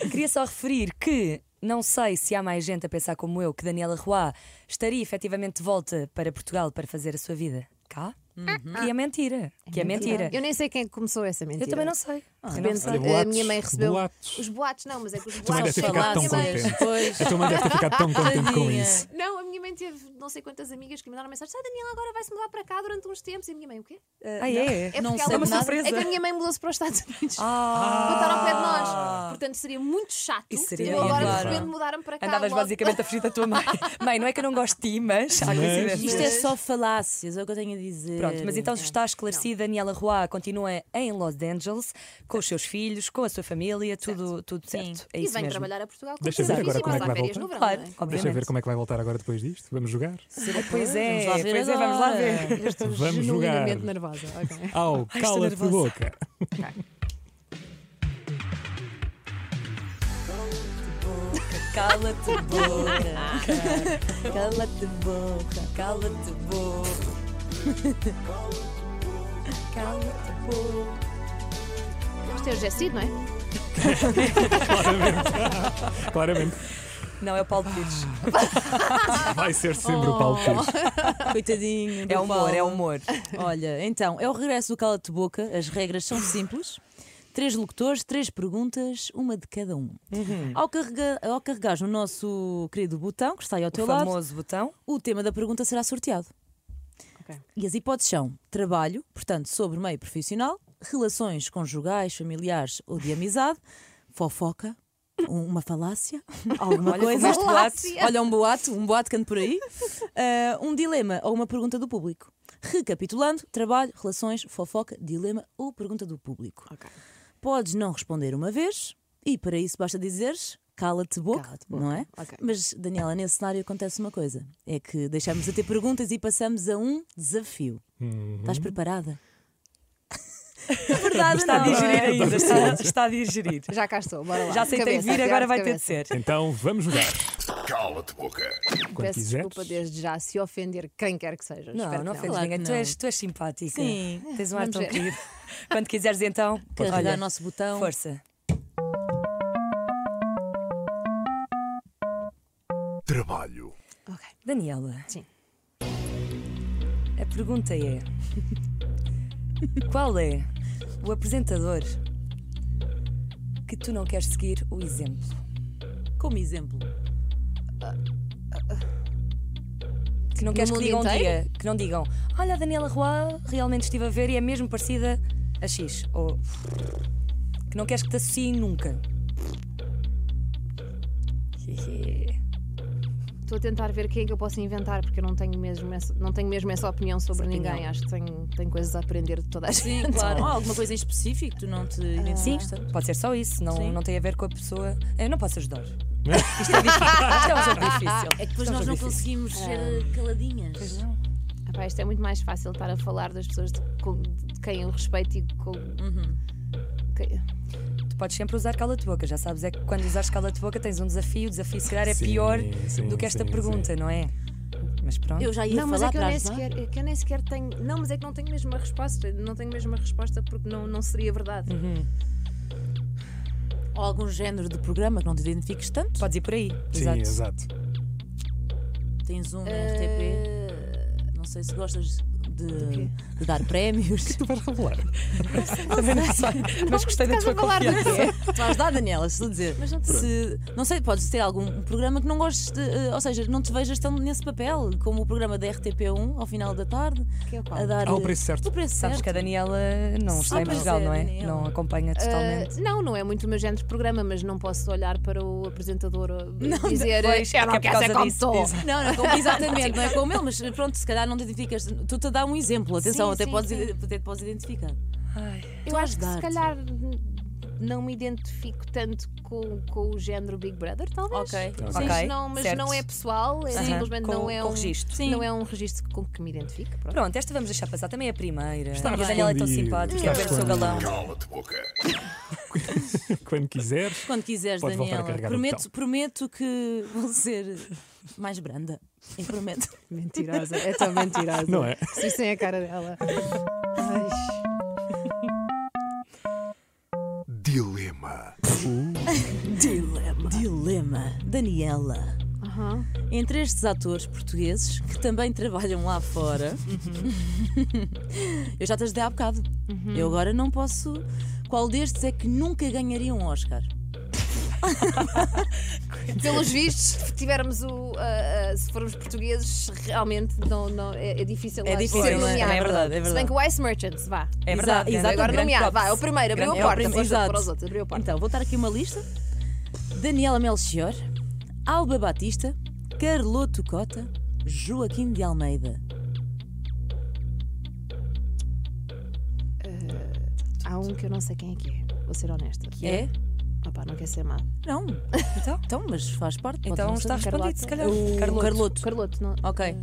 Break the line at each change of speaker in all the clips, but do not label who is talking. Queria só referir que não sei se há mais gente a pensar como eu que Daniela Roy estaria efetivamente de volta para Portugal para fazer a sua vida cá.
Uhum.
Que é mentira. que é mentira.
Eu nem sei quem começou essa mentira.
Eu também não sei.
De
Eu não
repente,
sei.
Olha,
a minha
boatos,
mãe recebeu.
boatos.
Os boatos, não, mas é que os
tua mãe
boatos.
deve ter ficado tão
Minha mãe-
contente.
Pois.
A tua mãe deve ter ficado tão contente com
Tadinha.
isso.
Não, a minha mãe teve não sei quantas amigas que me mandaram mensagem. Ah, Daniela agora vai-se mudar para cá durante uns tempos. E a minha mãe, o quê?
Ah, é?
É
Não
porque
sei
ela
de nada.
É que a minha mãe mudou-se para os Estados Unidos.
Ah.
Botaram ao pé de nós. Portanto, seria muito chato.
Isso seria
eu agora
horrível.
de repente mudaram para cá.
Andavas
logo.
basicamente a fugir da tua mãe. mãe, não é que eu não gosto de ti, mas há
Mas-
coincidências.
Isto é só falácias, é o que eu tenho a dizer.
Pronto, mas então está esclarecida, Daniela Roy continua em Los Angeles, com os seus filhos, com a sua família, tudo, tudo
Sim.
certo. É
E
isso
vem
mesmo.
trabalhar a Portugal com
Deixa
os
ver
serviços,
agora como é que
mas há
vai
férias
voltar.
no verão,
Claro,
não é?
Deixa
obviamente.
ver como é que vai voltar agora depois disto. Vamos jogar.
Ah, Pois é,
Vamos lá ver
pois é, vamos lá
agora.
ver.
Eu estou
Vamos
genuinamente
jogar.
nervosa. ok.
Ao
estou
cala-te de
nervosa.
boca.
Cala-te boca. Cala-te boca. Cala-te boca. Cala-te boca.
Vamos ter o Jesse, não é?
Claramente.
Não, é o Paulo Pires.
Vai ser sempre o Paulo Pires.
Coitadinho. do
É humor,
Paulo.
é humor.
Olha, então, é o regresso do Cala-te Boca. As regras são simples. Três locutores, três perguntas, uma de cada um.
Uhum.
Ao, carrega, ao carregares o nosso querido botão, que está aí ao
O
teu lado,
famoso botão.
o tema da pergunta será sorteado.
Ok.
E as hipóteses são trabalho, portanto, sobre meio profissional, relações conjugais, familiares ou de amizade, fofoca, um- uma falácia, alguma
Olha,
coisa.
como este boato.
Falácia.
Olha, um boato, um boato que anda por aí. Ah, um dilema ou uma pergunta do público. Recapitulando, trabalho, relações, fofoca, dilema ou pergunta do público.
Ok.
Podes não responder uma vez e para isso basta dizeres cala-te boca,
Cala-te boca,
não é?
ok.
Mas, Daniela, nesse cenário acontece uma coisa: é que deixamos de ter perguntas e passamos a um desafio. Estás preparada? Na verdade,
Está a
não.
digerir Tá ainda. Está, está a digerir.
Já cá estou, bora lá.
Já sei que tem de vir, agora vai ter de ser.
Então vamos jogar.
Cala-te boca.
Quando
Peço
quiseres.
desculpa desde já se ofender quem quer que seja.
Não,
Espero que
não
não.
ofendes
Claro
ninguém.
que
Tu
não.
és, tu és simpática.
Sim.
Tens um ar
Vamos
tão
ver.
querido. Quando quiseres, então,
Carregar
olha,
o nosso
Então.
botão.
força.
Trabalho.
Ok.
Daniela.
Sim.
A pergunta é: Qual é o apresentador que tu não queres seguir o exemplo?
Como exemplo.
Que não queres que
mundo
digam um
inteiro?
dia, que não digam, olha a Daniela Roal, realmente estive a ver e é mesmo parecida a X. Ou que não queres que te associem nunca.
Estou a tentar ver quem é que eu posso inventar, porque eu não tenho mesmo essa, não tenho mesmo essa opinião sobre
Essa
ninguém.
opinião.
Acho que tenho, tenho coisas a aprender de toda a gente.
Claro. Então, alguma coisa em específico que tu não
Ah.
te
Sim,
identificas tanto?
pode ser só isso, não,
Sim.
não tem a ver com a pessoa. Eu não posso ajudar. Isto é difícil. Isto é um jogo difícil.
É que depois
Isto é um
nós
jogo
não
difícil.
conseguimos ser caladinhas.
Ah pá, isto é muito mais fácil estar a falar das pessoas de, com- de quem eu respeito e com. Quem-
Tu podes sempre usar cala-te boca, já sabes, é que quando usares cala-te boca tens um desafio, o desafio se calhar é
Sim,
pior
sim,
do que esta
sim,
pergunta, não é? Mas pronto.
Eu já ia
Não, mas é
falar
que, eu nem
para ajudar.
sequer, é que eu nem sequer tenho. Não, mas é que não tenho mesmo a resposta. Não tenho mesmo a resposta porque não, não seria verdade.
Uhum.
Ou algum género de programa que não te identifiques tanto.
Podes ir por aí.
Sim, exato.
Tens um na
Eh,
RTP. Não sei se gostas de, de dar prémios.
Tu vais revelar.
Também não sei, mas gostei da
Eh, estás
tua
a falar
confiança.
Vais dar, Daniela, se tu dizer.
Mas não te-
se, não sei, podes ter
Eh.
algum programa que não gostes de. eh, Ou seja, não te vejas tão nesse papel, como o programa da RTP1 ao final da tarde.
Que é o qual?
A dar.
Ao
eh,
preço certo.
O preço
Sabes
certo.
que a Daniela não está em
pois
Portugal,
é,
não é?
Daniela.
Não acompanha totalmente.
Ah, não, não é muito o meu género de programa, mas não posso olhar para o apresentador uh, e dizer
pois,
eu
é
não
que é
quero
por causa
ser como
disso,
sou.
diz.
Não, não, como- exatamente, não é como ele, mas pronto, se calhar não te identificas. Tu te dá um exemplo, atenção,
Sim,
até,
sim,
podes,
sim.
ide- até te podes identificar.
Eu acho que se
ajudar-te.
calhar n- não me identifico tanto com, com o género Big Brother, talvez.
Ok,
Mas,
ok,
não, mas
certo.
não é pessoal, é
Aham,
simplesmente
com-
não é
com
um
registro.
Sim.
Não é um registro com que me identifico. Pronto.
Pronto, esta vamos deixar passar, também é a primeira.
Está
e a Daniela é tão
respondido.
simpática,
Está
é ver o seu galão.
Cala-te boca.
Quando quiseres.
Quando quiseres,
Podes voltar a
Daniela.
carregar o
Prometo,
botão.
prometo que vou ser mais branda. Eu prometo.
Mentirosa, é tão mentirosa.
Não é?
Se isso é a cara dela. Ai,
Dilema.
Uh,
Daniela. Entre estes atores portugueses que também trabalham lá fora, eu já te ajudei há bocado. Eu agora não posso. Qual destes é que nunca ganharia um Oscar?
Pelos vistos, se tivermos o. ah, ah, se formos portugueses, realmente não, não, é, é difícil
É
lá
difícil,
ser
não é?
nomeado.
É verdade, é
Se bem
verdade.
que o Ice Merchants, vá.
É verdade.
Exa-
Ana.
exato.
Agora
grande
nomeado,
props.
vá, é o primeiro, abriu
Grande-
a
é o
porta,
prim-
depois
exato.
para os outros, abriu a porta.
Então, vou estar aqui uma lista: Daniela Melchior, Alba Batista, Carloto Cota, Joaquim de Almeida.
Há um que eu não sei quem é que é, vou ser honesta.
É?
Opa, não quer ser mal.
Não. Então? mas faz parte. pode
Então
não
está
ser.
respondido,
Carlota.
se calhar.
O Ah,
Carloto.
Carloto.
Carloto, não.
Ok.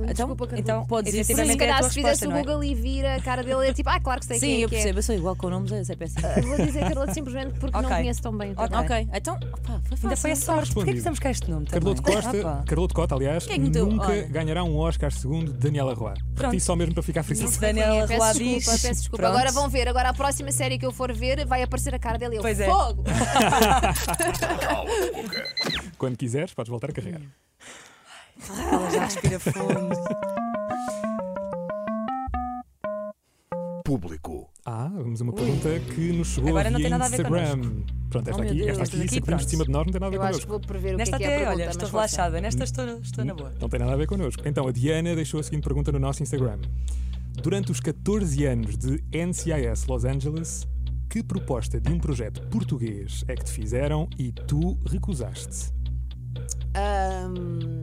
Então, Desculpa, Carloto.
Então,
Podes dizer
efetivamente,
Por isso,
é
se
a
calhar,
tua
se fizesse
resposta,
o
não é?
Google e vir a cara dele, é tipo, ah, claro que sei
Sim,
quem é
eu
que é.
percebo. Eu sou igual com nomes, é péssimo.
Vou dizer Carloto simplesmente porque não
Ok.
conheço tão bem. o
Ok.
trabalho.
Ok, então. Opa, foi
Ainda foi a
fácil.
sorte. Porquê é que
respondido.
temos cá este nome também?
Carloto
Ah,
Costa,
pá.
Carloto Cota, aliás,
Quem é que meteu?
nunca
Olha.
ganhará um Oscar segundo Daniela Roy.
Pronto.
Repeti só mesmo para ficar frisado.
Isso, é. Daniela
Peço
Roa diz.
desculpa, peço desculpa.
Pronto.
Agora vão ver, agora a próxima série que eu for ver vai aparecer a cara dele. Eu,
Pois é.
fogo!
Cala-te boca.
Quando quiseres, podes voltar a carregar.
Ela já respira fundo.
Público.
Ah, vamos a uma pergunta que nos chegou
Agora não
via
tem nada a ver
Instagram. Pronto, esta
Oh, meu
aqui,
Deus.
esta
Estas
aqui,
aqui,
se abrirmos de
pronto.
cima de nós, não tem nada a ver
Eu acho que
connosco.
vou prever o
Nesta
que é
até,
que é a pergunta.
olha, estou
mas força.
relaxada. Nesta estou, estou na boa.
Não tem nada a ver connosco. Então, a Diana deixou a seguinte pergunta no nosso Instagram. Durante os 14 anos de NCIS Los Angeles, que proposta de um projeto português é que te fizeram e tu recusaste?
Ahm,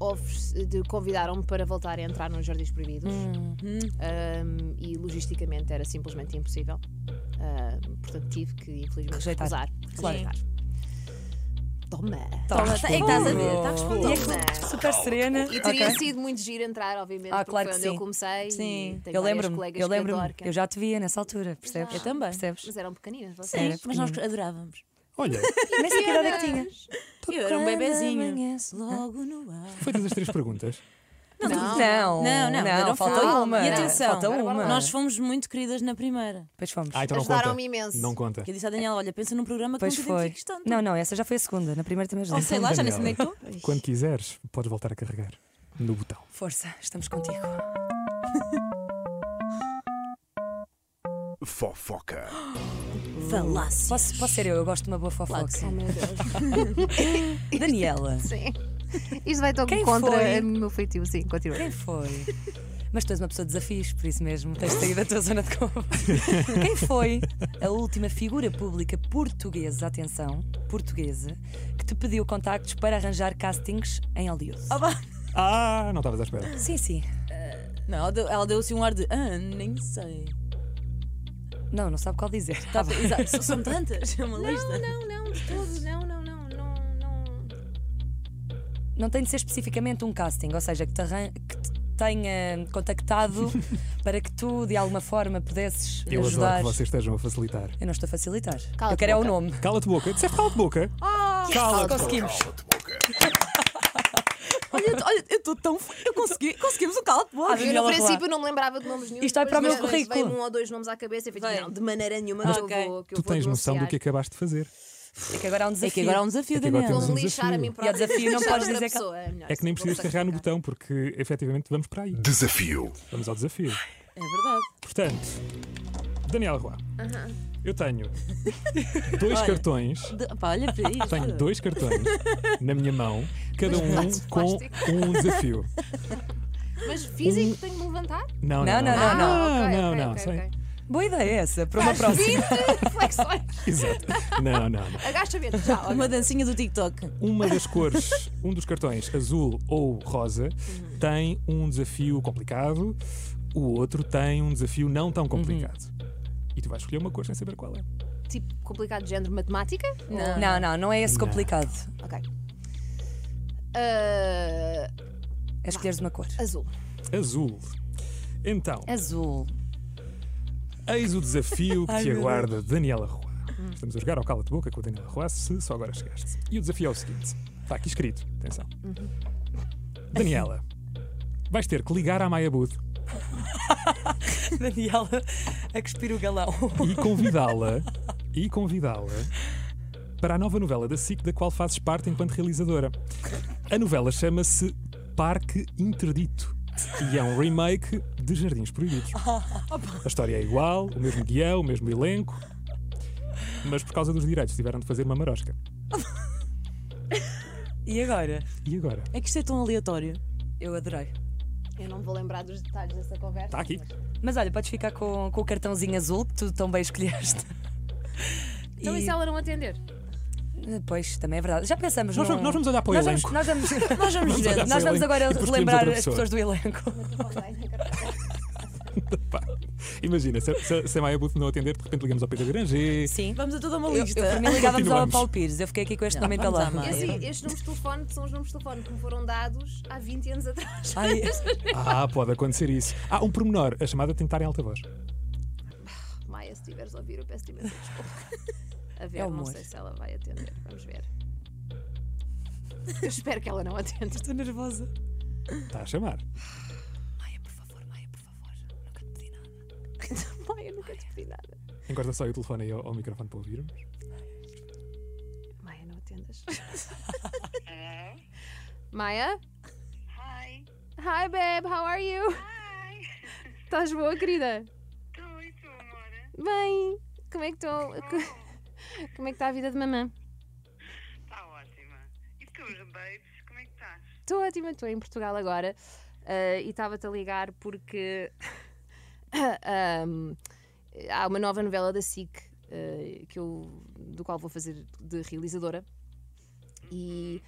oferece- de- Convidaram-me para voltar a entrar nos Jardins Proibidos
Hum.
Ahm, e logisticamente era simplesmente impossível. Ahm, portanto, tive que, infelizmente,
Rejeitar.
recusar.
Claro.
Rejeitar. Toma!
Toma,
tá- é que estás a ver, tá
respondido. E é que super serena.
E teria
Ok.
sido muito giro entrar, obviamente,
Ah,
porque
claro
foi
que
onde
sim.
eu comecei. e
Sim.
tenho
Eu
várias
lembro-me,
colegas
eu
que é
lembro-me.
adoro cá.
Eu já te via nessa altura, percebes?
Eu também.
Percebes?
Mas eram pequeninas, vocês.
Sim, mas nós adorávamos.
Olha,
Nem sei que idade é que tinhas.
Eu era um
Quando
bebezinho.
amanhece
Logo no ar.
feitas as três perguntas.
Não.
Não,
Não, não, deram
falta
falta.
uma.
E atenção,
falta
agora
uma.
bora lá.
Nós fomos muito queridas na primeira.
Depois fomos.
Ah, então não conta.
Ajudaram-me imenso.
Não conta.
Eu disse à Daniela: olha, pensa num programa que
Pois
não te
foi.
identifiques tanto.
Não, não, essa já foi a segunda. Na primeira também já.
Ou sei lá, já nem sei onde é que
Daniela.
estou.
Quando quiseres, podes voltar a carregar no botão.
Força, estamos contigo.
Fofoca.
Falácia.
Posso, posso ser eu, eu gosto de uma boa fofoca.
Claro que sim.
Meu Deus.
Daniela,
Sim. Isto vai tão
Quem
contra
foi?
o meu feitiço. Sim, continua.
quem foi? Mas tu és uma pessoa de desafios, por isso mesmo tens de sair da tua zona de conforto. Quem foi a última figura pública portuguesa, atenção, portuguesa, que te pediu contactos para arranjar castings em Hollywood?
Oh,
Ah, não estavas à espera.
Sim, sim.
Não, ela deu- ela deu-se um ar de. Ah, nem sei.
Não, não sabe qual dizer. Então,
Tá, exato. São- São tantas. É uma lista.
Não, não, de todo. Não, não, não, não, não.
Não tem de ser especificamente um casting, ou seja, que te, arran- que te tenha contactado para que tu, de alguma forma, pudesses
Eu
ajudar.
adoro que vocês estejam a facilitar.
Eu não estou a facilitar.
Cala-te
Eu quero é o
boca.
nome.
Cala-te boca. Disseste cala-te boca.
Ah,
cala-te boca.
Conseguimos.
Cala-te boca.
Olha, eu- olha, eu estou tão. f- Eu consegui, conseguimos um calo de
Ah,
boca.
Eu, no princípio, não me lembrava de nomes nenhum.
Isto vai para o meu currículo.
Veio um ou dois nomes à cabeça e falei,
Vai.
não, de maneira nenhuma que
Ok.
eu vou. Que eu
Tu
vou
tens noção do que
denunciar.
acabaste de fazer.
É que agora há um desafio.
É que agora há um desafio,
É que agora
Daniela.
temos
Vou
um
me lixar a mim
desafio.
própria.
E há desafio, não
lixar
podes
outra
dizer que-
pessoa. melhor, assim,
É que nem
vou
precisas
sacrificar.
carregar no botão, porque efetivamente vamos para aí.
Desafio.
Vamos ao desafio.
É verdade.
Portanto, Daniel Roa, eu tenho dois
Olha.
cartões.
De- pá, olha para isto.
Tenho dois cartões na minha mão, cada
Dois
um
pedaços de
com
plástico.
um desafio.
Mas físico, tenho que me levantar?
Não,
Não,
não,
não,
Um- não.
não, não.
Ah, ok,
não,
ok,
não,
ok,
sei.
ok.
Boa ideia essa, para uma próxima.
20 flexões.
Exato. Não, não, não.
Agachamento já. olha.
Uma dancinha do TikTok.
Uma das cores, um dos cartões, azul ou rosa,
Uhum.
tem um desafio complicado, o outro tem um desafio não
Uhum.
tão complicado. E tu vais escolher uma cor sem saber qual é.
Tipo, complicado de género, matemática?
Não.
Não, não, não é esse
Não.
complicado.
Ok. Ah,
É escolheres uma cor.
azul.
Azul. Então,
Azul.
Eis o desafio que
Ai,
te
meu Hum.
aguarda, Daniela Roa. Estamos a jogar ao cala-te boca com a Daniela Roa, se só agora chegaste. E o desafio é o seguinte: está aqui escrito, atenção.
Uhum.
Daniela, vais ter que ligar à Maia Bud
Daniela a cuspir o galão.
e convidá-la e convidá-la para a nova novela da SIC, da qual fazes parte enquanto realizadora. A novela chama-se Parque Interdito. E é um remake de Jardins Proibidos. A história é igual, o mesmo guião, o mesmo elenco, mas por causa dos direitos tiveram de fazer uma marosca.
E agora?
E agora?
É que isto é tão aleatório.
Eu adorei.
Eu não me vou lembrar dos detalhes dessa conversa.
Está Tá aqui.
mas-
Mas olha, podes ficar com, com o cartãozinho azul que tu tão bem escolheste.
Então e se ela não atender?
Pois, também é verdade. Já pensamos
Nós
num-
vamos, nós vamos olhar para o
nós
elenco.
vamos, nós vamos,
Nós vamos
Vamos olhar
ver.
para
nós vamos
o elenco
agora
e depois
relembrar
escolhemos
as
outra
pessoas do elenco.
Pá, Imagina, se, se, se a Maia Booth não atender, de repente ligamos ao Pedro Granger.
Sim.
Vamos a toda uma
Eu,
lista.
eu, por mim ligávamos ao
é Continuamos.
Paulo Pires. Eu fiquei aqui com este
Não,
nome
vamos à
entalado.
Maia.
E assim, estes números de telefone são os números de telefone que me foram dados há 20 anos atrás.
Ai,
Ah, pode acontecer isso. Ah, um pormenor. A chamada tem de estar em alta voz.
Maia, se tiveres a ouvir, eu peço imensa desculpa. A ver,
É
não
humor.
sei se ela vai atender. Vamos ver. Eu espero que ela não atenda.
estou nervosa.
Está Tá a chamar.
Maia, por favor, Maia, por favor. Nunca te pedi nada. Maia, nunca te pedi nada.
Encosta só aí o telefone aí ao, ao microfone para ouvirmos.
Maia, não atendas. Maia?
Hi.
Hi, babe, how are you?
Hi.
Estás boa, querida?
Estou e tu, amor?
Bem, como é que estou?
Oh,
Como é que está a vida de mamã?
Está tá ótima. E tu, babes, como é que estás?
Estou ótima, estou em Portugal agora eh, e estava-te a ligar porque ahm, há uma nova novela da SIC eh, que eu, do qual vou fazer de realizadora e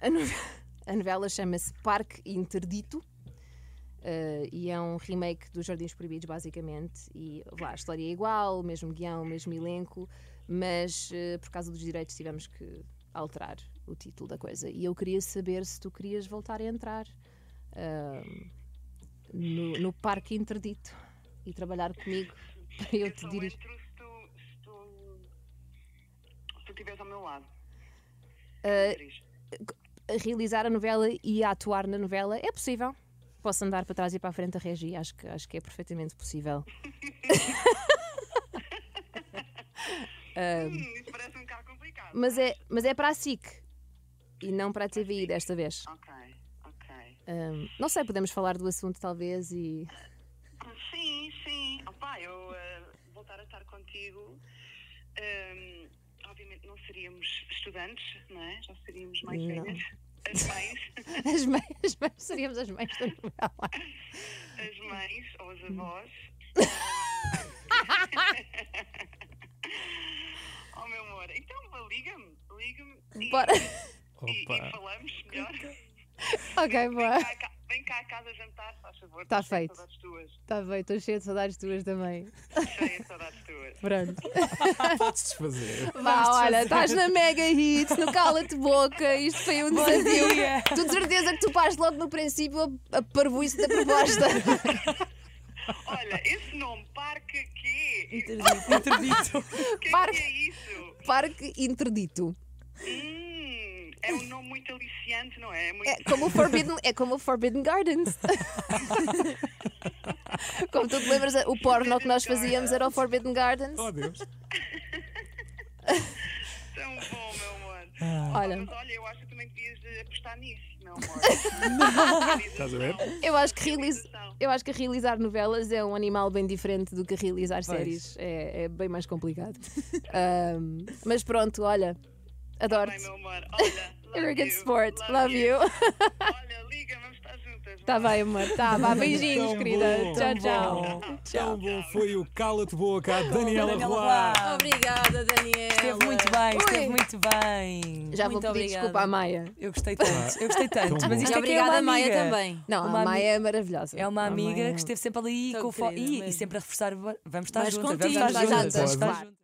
a, nove- a novela chama-se Parque Interdito eh, e é um remake dos Jardins Proibidos basicamente e lá, a história é igual, o mesmo guião, o mesmo elenco mas eh, por causa dos direitos tivemos que alterar o título da coisa e eu queria saber se tu querias voltar a entrar ahm, no, no Parque Interdito e trabalhar comigo para eu te
só
dirigir.
entro se tu, se tu, se tu estiveres ao meu lado.
Ah,
Beatriz.
a realizar a novela e a atuar na novela é possível. Posso andar para trás e para a frente a reagir, acho que, acho que é perfeitamente possível.
Hum, isso parece um bocado complicado.
ah, Mas é, mas é para a SIC e não para a TVI desta vez.
Ok, ok.
Ahm, não sei, podemos falar do assunto talvez e.
Sim, sim. Opa, eu eh, voltar a estar contigo. ehm, obviamente não seríamos estudantes, não é? Já seríamos mais
Não.
velhas. As mães,
As mães, as mães seríamos as mães da novela.
as mães ou as avós. oh meu amor, então liga-me, liga-me e,
Bora.
e- e
Opa.
falamos melhor.
Ok,
Vem
boa.
cá, a ca- vem cá a casa jantar, se faz favor.
Tá
estou cheia de
feito.
Saudades tuas,
Está Tá bem, estou cheia de saudades tuas também.
cheia de saudades tuas.
Pronto.
Podes desfazer.
Vá, olha, estás na mega hit, no cala-te boca, isto foi um desafio. Tu de certeza que tu pares logo no princípio a, a parvoíce da proposta.
Olha, esse nome, parque quê? E-
Interdito.
O que é que
Parque.
é isso?
Parque interdito.
Hum, é um nome muito aliciante, não é? É muito
É como o Forbidden, é como o Forbidden Gardens. Como tu te lembras, o porno que nós fazíamos era o Forbidden Gardens.
Oh, Deus.
tão bom, meu amor.
Olha,
Mas olha, eu acho que também devias eh, apostar nisso, meu amor.
Estás a ver?
eu acho que realiz- Eu acho que realizar novelas é um animal bem diferente do que realizar séries. É, é bem mais complicado. Ahm, mas pronto, olha,
Tá Bem,
adoro-te.
meu amor, olha. love
You're a good
you,
sport. Love you.
Olha, liga, vamos estar juntas.
Tá
vá.
bem, amor. Tá, vá. Beijinhos,
Tão
querida.
bom.
Tchau, tchau.
Tão bom foi o Cala-te Boca, a Daniela
Daniela
Roar.
Roar.
Obrigada, Daniela.
Ah. Esteve muito bem, esteve
Ui.
muito bem.
Já
Muito
vou pedir
obrigada.
desculpa à Maia.
Eu gostei tanto, eu gostei tanto.
Tão
Mas
bom.
isto
E
é que é uma
obrigada,
amiga.
Maia, também.
Não,
Uma
a Maia
ami-
é maravilhosa.
É uma
A
amiga
Maia-
que esteve sempre ali
Tão
com o fo...
querida
Ih, e,
mesmo.
sempre a reforçar. Vamos estar
Mas
juntas,
contigo,
Tá vamos estar
vamos
juntas.
estar
vamos estar
juntas,
juntas.